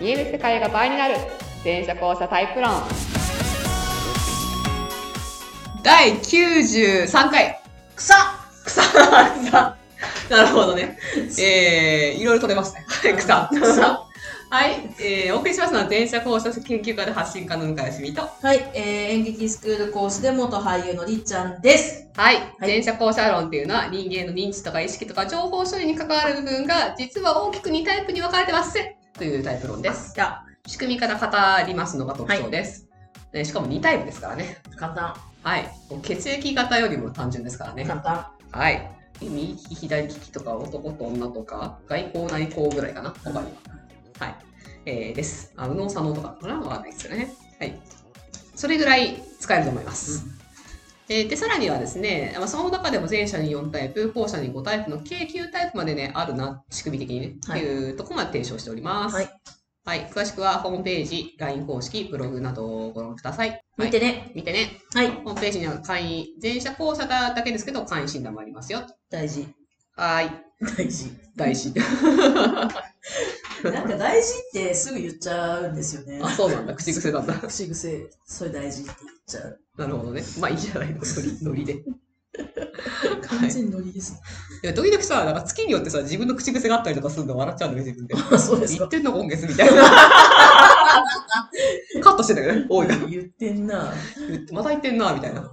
見える世界が倍になる全車交差タイプ論第93回。草草。草。なるほどね。えー、いろいろと出ますね。はい、草。草。はい、えー、お送りしますのは、電車交差研究家で発信家の向井みと。はい、えー、演劇スクールコースで元俳優のりっちゃんです。はい。電車交差論っていうのは、人間の認知とか意識とか情報処理に関わる部分が、実は大きく2タイプに分かれてますぜというタイプ論です。じゃ仕組みから語りますのが特徴です。ねしかも2タイプですからね。あ、簡単、はい。もう血液型よりも単純ですからね。簡単。はい。右利き、左利きとか、男と女とか、外交、内交ぐらいかな。他には。はい。えー、です。あ、右脳左脳とか、これはわかんないですよね。はい。それぐらい使えると思います。えーで、さらにはですね、まあその中でも前者に4タイプ、後者に5タイプの計9タイプまでね、あるな、仕組み的にね、はいっていうとこまで提唱しております。はい。はい。詳しくは、ホームページ、LINE 公式、ブログなどをご覧ください。見てね。見てね。はい、ホームページには会員、全社講座だけですけど、会員診断もありますよ。大事。はーい。大事。大事。なんか大事ってすぐ言っちゃうんですよねあ、。そうなんだ。口癖なんだ。口癖、それ大事って言っちゃう。なるほどね。まあいいじゃないの。ノリ、ノリで。は完い。い全にノリですね。 や、時々さ、なんか月によってさ、自分の口癖があったりとかするの笑っちゃうんだよね、自分で。あそうです言っか。てんの今月みた いな。カットしてんだけどね。多いから。言ってん な。言ってまた言ってんな、みたいな。うん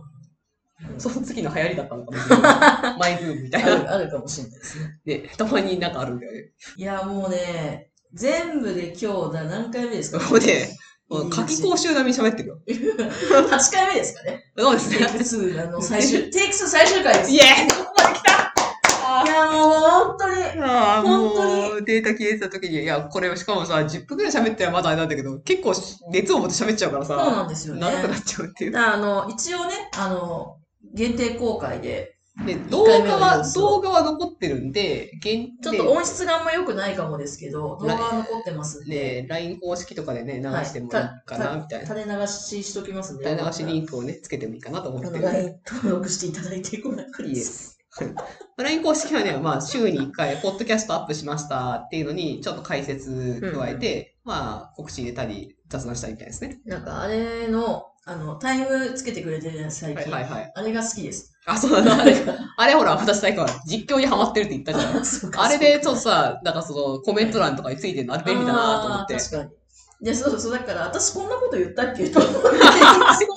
その次の流行りだったのか な。マイブームみたいあな。るあるかもしれないですね。で、たまになんかあるんだよね。いや、もうね、全部で今日だ何回目ですかこれね、もう夏期講習並みに喋ってるよ。 8回目ですかね。そうですテイねク。2、あの、最終、テイク2最終回です。いイエーイここまで来たあや、もう本当に、あー本当にもうデータ消えてた時に、いや、これしかもさ、10分くらい喋ったらまだあれなんだけど、結構し熱を持って喋っちゃうからそうさ、なんですよね。長くなっちゃうっていう。だからあの、一応ね、あの、限定公開で、で、動一画回目のは様、子動を画は残ってるんで、限ちょっと音質があんま良くないかもですけど、動画は残ってますんで、ね、LINE 公式とかでね、流はいしてもいいかな、みたいな。垂れ流ししときますんで、垂れ流しリにンクをね、つけてもいいかなと思ってる。 LINE 登録していただいてご覧ください。いいで LINE 公式はね、まあ、週に1回、ポッドキャストアップしましたっていうのに、ちょっと解説加えて、まあ、告知入れたり、雑談したりみたいですね。なんか、あれの、あの、タイムつけてくれてるじゃない最はい近。はいはい。あれが好きです。あ、そうなんあだ。れがあれほら、私なんか実況にハマってるって言ったじゃない。 そうかあれでちょっそうとさ、なんかそのコメント欄とかについてるのあれか便利だなと思ってあ。ー確かに。で、そうそう、だから、私こんなこと言ったっけ と思って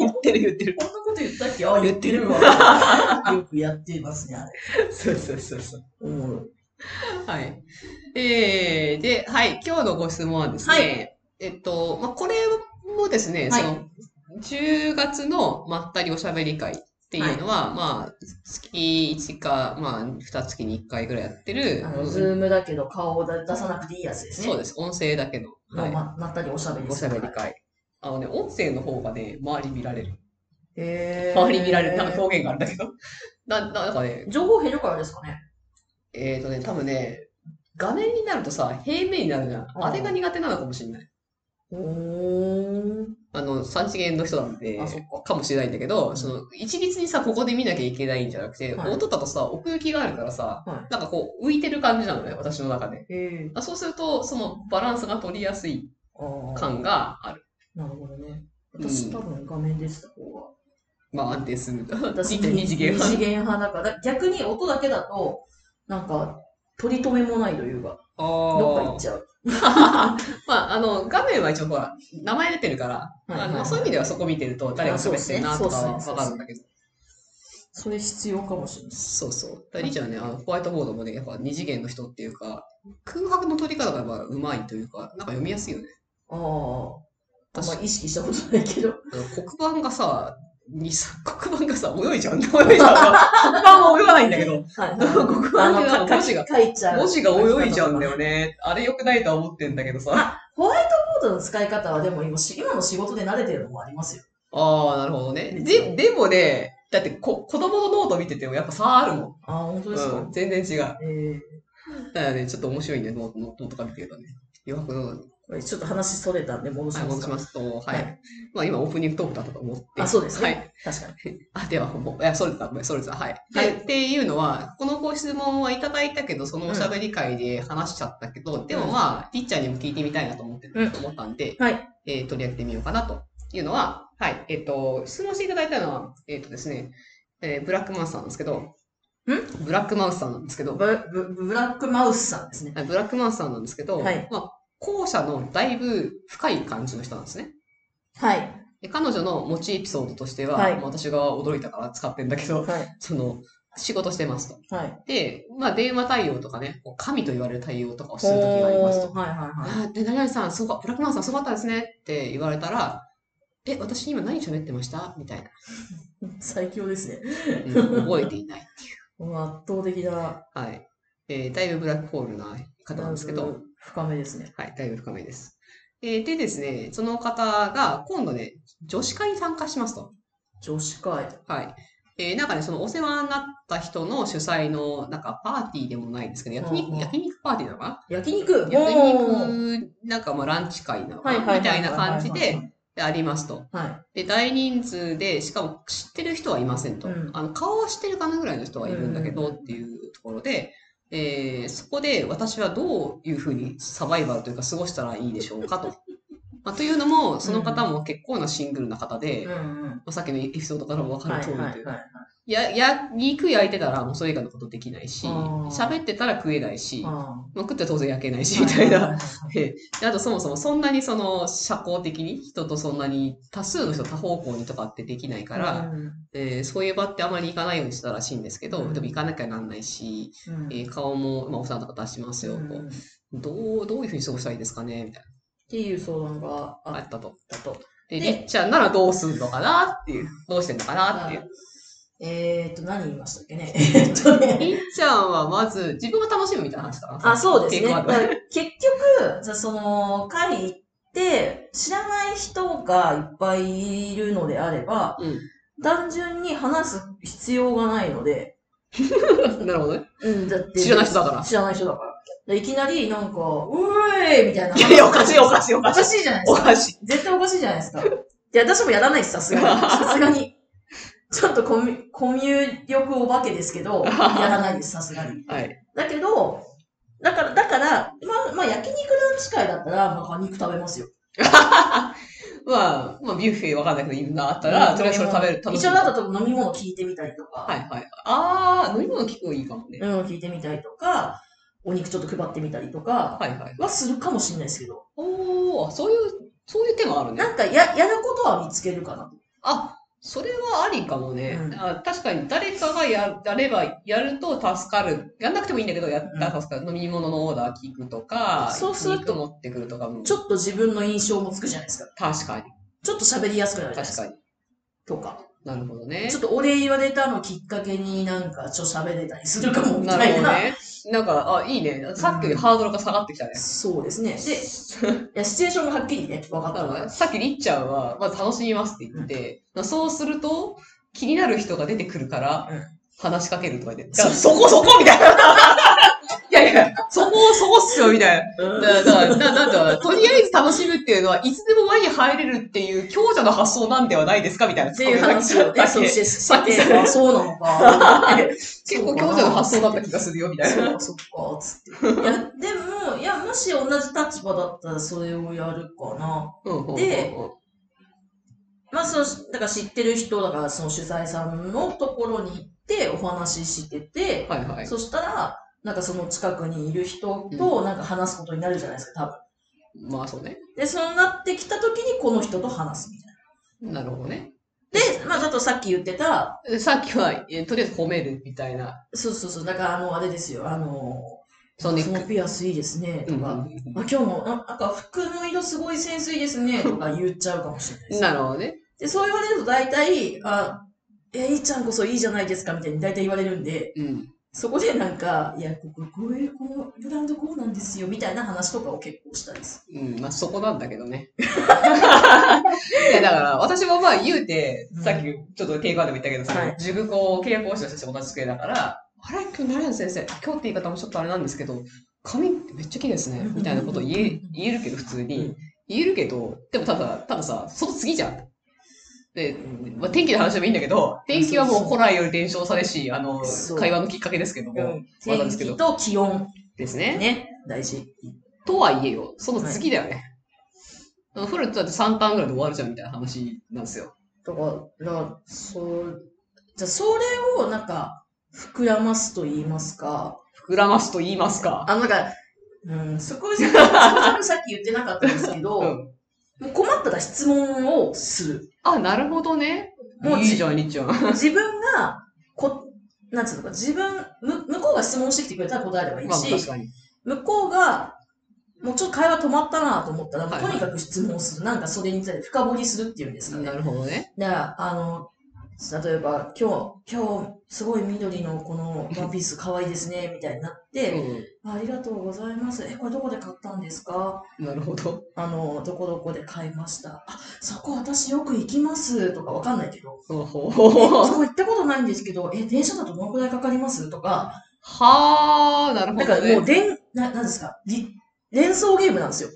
言ってる言ってる。こんなこと言ったっけあ、言ってる わ。よくやってますね、あれ。そうそうそうそう。おもろいはい。えー、で、はい、今日のご質問はですね、はいえっと、まあ、これもですね、はいその、10月のまったりおしゃべり会っていうのは、まあ、月1か、まあ、2月に1回ぐらいやってるあ、の、ズームだけど顔を出さなくていいやつですね。そうです、音声だけの、もはうい、ままったりおしゃべりおすしゃるべり会。あのね、音声の方がね、周り見られる。へー周り見られる、なんか表現があるんだけど。 な、なんかね、情報減るからですかね。えっ、ー、とね、多分ね、画面になるとさ、平面になるじゃん。あれが苦手なのかもしれない。おー。あの、三次元の人なんであ、そっか、かもしれないんだけど、その、一律にさ、ここで見なきゃいけないんじゃなくて、はい音だとさ、奥行きがあるからさ、はなんかこう、浮いてる感じなのね、私の中で。い。えあそうすると、その、バランスが取りやすいー。感がある。なるほどね。うん私、多分画面でした方が。まあ、安定する。私 2.2次元二次元派だから、逆に音だけだと、なんか、取り留めもないというか、あどっかー行っちゃう。まあ、あの、画面は一応ほら、名前出てるから、はいはいあのそういう意味ではそこ見てると、誰が喋ってるなとかはあそわうですねそうですねかるんだけど。それ必要かもしれない。そうそう。だからリーちゃんね、あのホワイトボードもね、やっぱ二次元の人っていうか、空白の取り方がやっぱうまいというか、なんか読みやすいよね。ああ。あん私ま意識したことないけ ど。あの黒板がさ、にさ、黒板がさ、泳いじゃうんだ。 泳いじゃうんだ。黒板は泳がないんだけ ど、はい、黒板ってなんか文字が、書いちゃう。文字が泳いじゃうんだよね。あれ良くないとは思ってんだけどさ。ホワイトボードの使い方はでも今し今の仕事で慣れてるのもありますよ。ああ、なるほどね。で、でもね、だってこ子供のノート見ててもやっぱ差あるもん。あ本当うん、全然違う。えだからね、ちょっと面白いね、ノートノートとか見てるとね。余白のこれちょっと話それたんで戻しはい、ま戻すしか。ますと、は。はいまあ今オープニングトークだったと思って。あ、そうですね。はい。確かに。あ、では、もう、いや、それだ、ごめんそれだ、はい。ではいっていうのは、このご質問はいただいたけど、そのおしゃべり会で話しちゃったけど、でもまあ、りっちゃんにも聞いてみたいなと思って、うん思ったんで、はいえー取り上げてみようかなというのは、はい、えっ、と、質問していただいたのは、えっ、とですね、えーブラックマウスさんなんですけど、んブラックマウスさんなんですけど、ブブブラックマウスさんですね。あブラックマウスさんなんですけど、はいまあ、後者のだいぶ深い感じの人なんですね。はい。で彼女の持ちエピソードとしては、はいまあ私が驚いたから使ってんだけど、 はい。その、仕事してますと。はい。で、まあ、電話対応とかね、こう神と言われる対応とかをするときがありますと。はいはいはい。あーで、何々さん、すごかブラックマンさん、すごかったですねって言われたら、え、私今何喋ってましたみたいな、最強ですね。うん覚えていない。もう圧倒的な、はい。えーだいぶブラックホールな方なんですけど、、深めですね。はい、だいぶ深めです。えーでですね、その方が今度ね、女子会に参加しますと。女子会。はい。えーなんかね、そのお世話になった人の主催の、なんかパーティーでもないんですけど、焼うんう肉、ん焼肉パーティーなのかな焼肉焼おー肉、なんかまあランチ会なのかはいなはいはいはいはいみたいな感じで、。でありますと。はで、大人数で、しかも知ってる人はいませんと。うんあの顔は知ってるかなぐらいの人はいるんだけど、うんっていうところで、えーそこで私はどういうふうにサバイバルというか過ごしたらいいでしょうかと。 まあ、というのも、その方も結構なシングルな方い。で、うんまうん。あ、さっきのエピソードからもわかはるい通りとはいいうか、はい。や、や、肉焼いてたらもうそれ以外のことできないし、あー喋ってたら食えないし、まあ、あ食って当然焼けないーし、みたいなははは。であとそもそもそんなにその社交的に人とそんなに多数の人多方向にとかってできないかいはいら、うんえーそういう場ってあまり行かないようにしてたらしいんですけど、うんでも行かなきゃなんないし、うんえー顔も、まあ、おさんとか出しますよ、こうんうっどうどういうふうに過ごしたらいいですかねみたいていう相談がなのあがあっったと。たと。で、でりっちゃんならどうするのかなっていう、どうしてんのかなっていう。えーと、何言いましたっけね。 えーとね。りっちゃんはまず自分を楽しむみたいな話かな。あ、そうですね。テイだクかアウら結局、 じゃあその、会行って、知らない人がいっぱいいるのであれば、ト単純に話す必要がないので、 うん。なるほどね。うん、だって、知らない人だから。知らない人だから。でいきなり、なんか、うえーいみたいな。いやいや、おかしいおかしいおおかしい。かしいじゃないでおすか。かしい。絶対おかしいじゃないですか。いや、私もやらないです、さすがに。 さすがに。ちょっとコミュコミュ力お化けです けど、やらないです、さすがに。はい。だけど、だから、だから、まあ、まあ、焼肉ランチ会だったら、まあ、肉食べますよ。まあ、まあ、ビュッフェわかんないけど、いるなあったら、とりあえずそれ食べる。楽し一み応だったら飲み物聞いてみたりとか、はいはい。ああ、飲み物聞くのいいかもね。飲み物聞いてみたりとか、お肉ちょっと配ってみたりとかはいはい。はするかもしれないですけど、おお、そういう、そういう手もあるねな。んかや、やることは見つけるかな。あ、それはありかもね。うんあ確かに、誰かがややれば、やると助かる。やんなくてもいいんだけど、やったら助かる。飲み物のオーダー聞くとか、そうすると肉持ってくるとかも。ちょっと自分の印象もつくじゃないですか。確かに。ちょっと喋りやすくなるじゃな確いですか。かに。とか。なるほどねちょ。っとお礼言われたのをきっかけになんかちょっと喋れたりするかもみなたるいほな。どね。なんか、あ、いいね。さっきよりハードルが下がってきたね。そうですね。で、いやシチュエーションがはっきりね、分かっだたかからさっきりっちゃんは、まず楽しみますって言って、そうすると、気になる人が出てくるからうん、話しかけるとか言って、そいうやそこそこみ たいな。いやいや、そこそこっすよみたいな。ら。だから、だからなんだろうとりあえず楽しむっていうのは、いつでも輪に入れるっていう強者の発想なんではないですかみたいな。っていう話をね、さそっうきして、してて、あ、そうなの か。結構強者の発想だった気がするよみたいな。そうか、そうか、つって。いや、でも、いや、もし同じ立場だったらそれをやるかな。うんうんでまあ、その、だから知ってる人、だからその主催さんのところに行ってお話ししてて、はいはい。そしたら、なんかその近くにいる人となんか話すことになるじゃないですか、多分。まあそうね。で、そうなってきた時にこの人と話すみたなるほどね。いな。で、まあ、だとさっき言ってた、さっきは、えとりあえず褒めるみたいな。そうそうそう、だからあの、あれですよ、あの、そそののねピアスいいですね、うとんか、あ、今日も、あなんか服の色すごいセンスいいですね、とか言っちゃうかもしれないです。なるほどね。で、そう言われると大体、あ、え、いいちゃんこそいいじゃないですか、みたいに大体言われるんで、うん。そこでなんか、いや、ここ、こういう、このブランドこうなんですよ、みたいな話とかを結構したりすうん、まあそこなんだけど ね。いやだから私もまあ言うて、さっきちょっとテイクアウトでも言ったけどさ、はい塾校、契約講師の先生同じ机だから、あれ今日何々先生、今日って言い方もちょっとあれなんですけど、髪めっちゃ綺麗ですねうんみたいなこと言え言えるけど普通うにん言えるけどでもただたださ外すぎじゃんで、うんまあ、天気の話でもいいんだけど天気はもう古来より伝承されしあのそう会話のきっかけですけども、まだで天すけど気と気温ですねね、大事。とはいえよその次だよね、あのフルだって3ターンぐらいで終わるじゃんみたいな話なんですよだから、そう、じゃあそれをなんか、膨らますと言いますか、膨らますと言いますかあの、なんか、うん、そこで、そこささっき言ってなかったんですけど、うん困ったら質問をする。あなるほどねもういいじゃんりっちゃんま自分が、こ、なんつうのか、自分、む向こうが質問してきてくれたら答えればいいあ確し、かに向こうが、もうちょっと会話止まったなと思ったら、はいとにかく質問する。なんかそれについて深掘りするっていうんですかねな。るほどねだからあの例えば今日今日すごい緑のこのワンピース可愛いですねみたいになっうてんありがとうございますえこれどこで買ったんですかなるほどあのどこどこで買いましたあそこ私よく行きますとかわかんないけどほうほうえほうそこ行ったことないんですけどえ電車だとどのくらいかかりますとかはあ、なるほだかどらもうね。でんななんですかり連想ゲームなんですよ、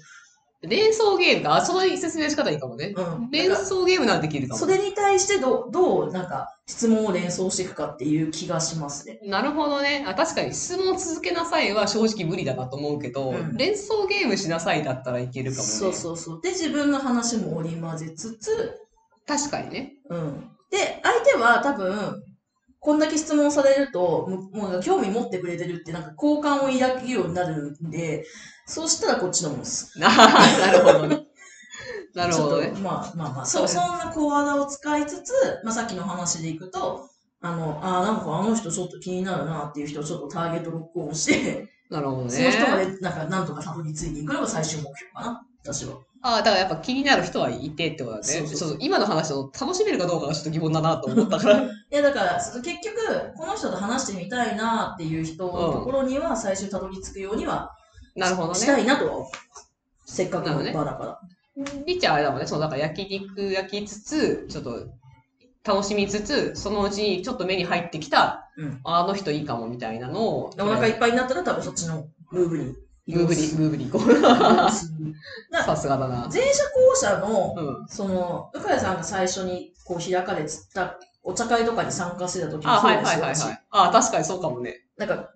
連想ゲームか。あその説明し方いいかもね。うん、連だから想ゲームならできるかもそ。れに対してどうどうなんか質問を連想していくかっていう気がしますねなるほどね。あ確かに質問続けなさいは正直無理だなと思うけど、うん連想ゲームしなさいだったらいけるかもね。そうそうそう。で、自分の話も織り交ぜつつ、確かにね。うん。で、相手は多分、こんだけ質問されると、もうもう興味持ってくれてるって、なんか好感を抱くようになるんで、そうしたらこっちのもんで す。ななるほどね。なるほどちょっね。とまあまあまあ、そう、そうそんな小技を使いつつ、まあさっきの話でいくと、あの、あーなんかあの人ちょっと気になるなっていう人をちょっとターゲットロックオンして、なるほどね。その人まで、なんか、なんとかたどり着いていくのが最終目標かな、私は。あだからやっぱ気になる人はいてってことだね。そうそうそうそう今の話を楽しめるかどうかがちょっと疑問だなと思ったから。いやだからその結局この人と話してみたいなっていう人のところには最終たどり着くようにはなるほどしね。 たいなとは思う、せっかくの場だかりっちゃんあれだもんね、そのなんか焼肉焼きつつ、ちょっと楽しみつつ、そのうちにちょっと目に入ってきた、うんあの人いいかもみたいなのを、ら、お腹いっぱいになったら多分そっちのムーブに移ムー動ブすに、るムーブに行こう。 ださすがだな。前者後者のうん。その鵜飼さんが最初にこう開かれてたお茶会とかに参加してた時もあ、そはいうではすいよはい、は私い。あ、確かにそうかもね。なんか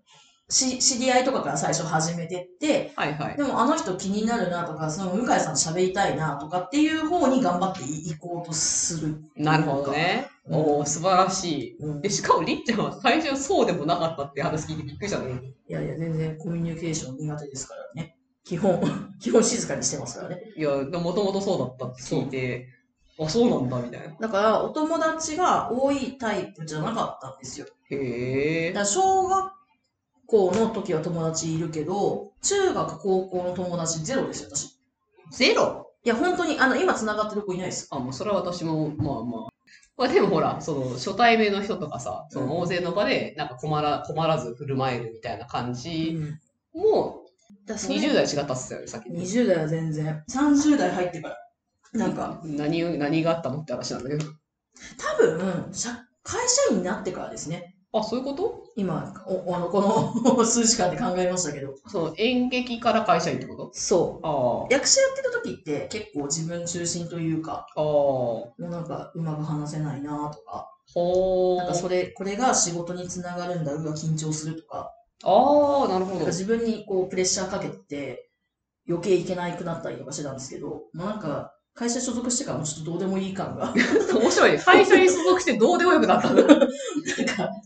し知り合いとかから最初始めてってはいはい。でもあの人気になるなとかその向井さんと喋りたいなとかっていう方に頑張っていこうとするなるほどね。うんおお素晴らしうんい。で、しかもりっちゃんは最初そうでもなかったって話聞いてびっくりしたね。いやいや、全然コミュニケーション苦手ですからね。基本、 基本静かにしてますからね。いや、でももともとそうだったって聞いて、あ、そうなんだ、みたいな。だから、お友達が多いタイプじゃなかったんですよ。へだえか。ら、小学校の時は友達いるけど、中学、高校の友達ゼロですよ、私。いゼロや、本当に、あの、今繋がってる子いないです。あ、もうそれは私も、まあまあ。まあでもほら、その初対面の人とかさ、その大勢の場でなんか困ら困らず振る舞えるみたいな感じも、だそれ20代違ったっすよね、先に。 20代は全然。30代入ってから。なんか、何、何があったのって話なんだけど。多分、社会社員になってからですね。あ、そういうこと今、おあのこの 数時間で考えましたけど。その演劇から会社員ってこそう。と役者やってた時って結構自分中心というか、ああ、ああ、ほもうなんかうまく話せないなとか、ーなんかそれ、これが仕事につながるんだ、うわ、緊張するとか、ああ、なるほなんかど。自分にこうプレッシャーかけて、余計いけないくなったりとかしてたんですけど、もうなんか会社所属してからもうちょっとどうでもいい感が、 面白いね。会社に所属してどうでもよくなったの。なんか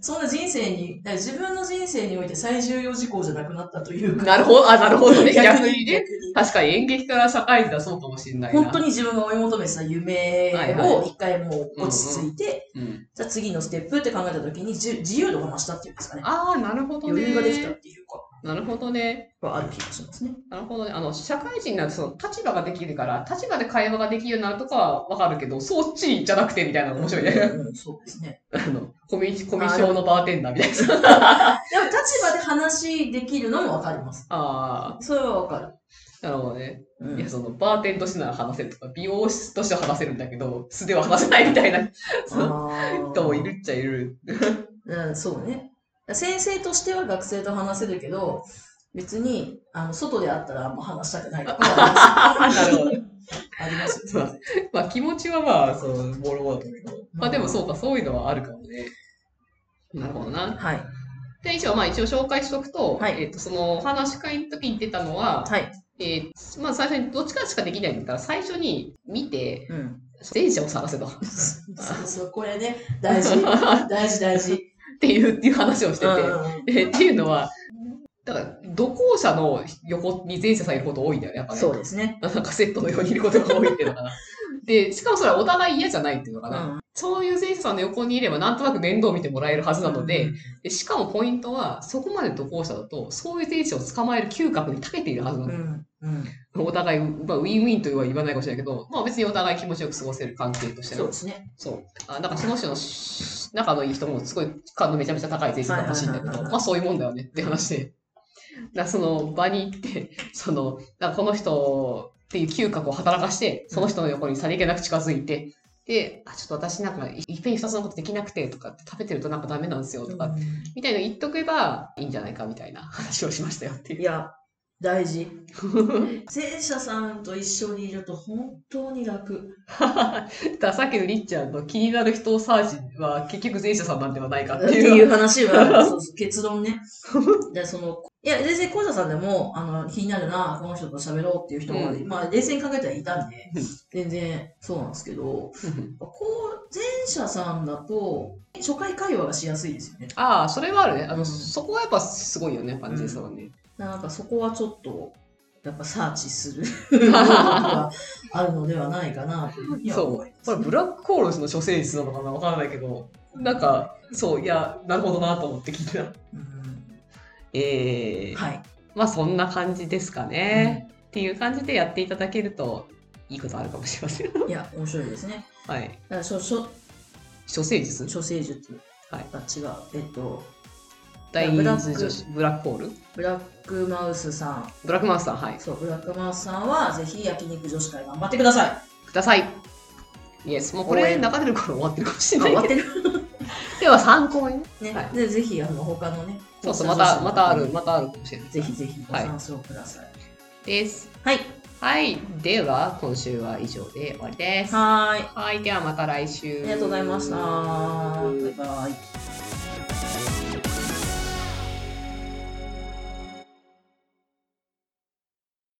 そんな人生に、なんか自分の人生において最重要事項じゃなくなったというか、 なるほど、あ、なるほどね。逆逆ににね。逆に確かに演劇から社会人はそうかもしれないな。本当に自分が追い求めてた夢はいはを一回もう落ち着いて、うん。じゃあ次のステップって考えた時に自自由度が増したっていうんですかね。ああ、なるほどね。余裕ができたっていうか、なるほどね。はある気がしますね。なるほどね。あの、社会人になるとその立場ができるから、立場で会話ができるようになるとかはわかるけど、そっちじゃなくてみたいなの面白いね。うん、そうですね。 あの、コミ、コミショのバーテンダーみたいな。でも立場で話できるのもわかります。あそれはわかる。あ、なるほどね。うんいや、その、バーテンとしてなら話せるとか、美容室としては話せるんだけど、素では話せないみたいな人もい。るっちゃいる。あーうん、そうね。先生としては学生と話せるけど、別に、あの、外で会ったらあんま話したくないと か、なるほど。あります。そうだまあ気持ちはまあ、そう、ボロボロだけど。まあでもそうか、そういうのはあるかもね。なるほどな。はい。で、以上、まあ一応紹介しとくと、はいえっ、と、その、お話し会の時に出たのは、はい。えーまあ最初に、どっちかしかできないんだったら、最初に見て、うん。前者を探せと。っそうそう、これね、大事。大事、大事。ていう、っていう話をしてうて。んうんうんえっていうのは、だから、同行者の横に前者さんいること多いんだよね、やっぱね。そうですね。なんかセットのようにいることが多いっていうのかな。で、しかもそれはお互い嫌じゃないっていうのかうな。んそういう前者さんの横にいればなんとなく面倒を見てもらえるはずなので、、でしかもポイントは、そこまで同行者だと、そういう前者を捕まえる嗅覚に長けているはずなうの。ん。うん。お互い、まあ、ウィンウィンとは言わないかもしれないけど、まあ別にお互い気持ちよく過ごせる関係としてねそうですね。そう。あなんかその人のし仲のいい人もすごい感度めちゃめちゃ高い税率が欲しいんだけはいはいはいど、はいまあそういうもんだよねって話で。だからその場に行って、その、なんかこの人っていう嗅覚を働かして、その人の横にさりげなく近づいて、で、あ、ちょっと私なんかいいっぺんに二つのことできなくてとかって食べてるとなんかダメなんですよとか、うんみたいなの言っとけばいいんじゃないかみたいな話をしましたよっていう。 いや、大事。前者さんと一緒にいると本当に楽。だからさっきのりっちゃんの気になる人サーチは結局前者さんなんではないかっってていう。いう話は、そうそう結論ね。でそのいや、冷静講座さんでも、あの、気になるな、この人と喋ろうっていう人も、うまあ、冷静に考えたらいたんでうん、全然そうなんですけ ど、こう、前者さんだと、初回会話がしやすいですよね。ああ、それはあるね。あの、うんそこはやっぱすごいよね、パンジーさんはね。なんかそこはちょっと、やっぱサーチする 能力があるのではないかなというふうにはそ思うい。まこれ、す。ブラックホールズの処世術なのかなわからないけど、なんか、そう、いや、なるほどなと思って聞いてた。うんええはい。まあそんな感じですかね。っていう感じでやっていただけると、いいことあるかもしれません。 いや、面白いですね。はい。だからしょしょ処世術処世術はいあ違う、えっと、大ブラック図女子ブラックホールブラックマウスさん、ブラックマウスさん、はい。そう、ブラックマウスさんはぜひ焼肉女子会頑張ってください。 あ、ください。イエス。もうこ応れ、援中出るから終わってるかもしれない終けわどっ。て る。では参考にね。ね、はいで、ぜひ、あの、他のね、そうそう、また、またある、ままたあるかもしれない。ぜひぜひごはい参照ください。です。はい。はい。では、今週は以上で終わりです。はーい。はい。では、また来週。ありがとうございました。バイバイ。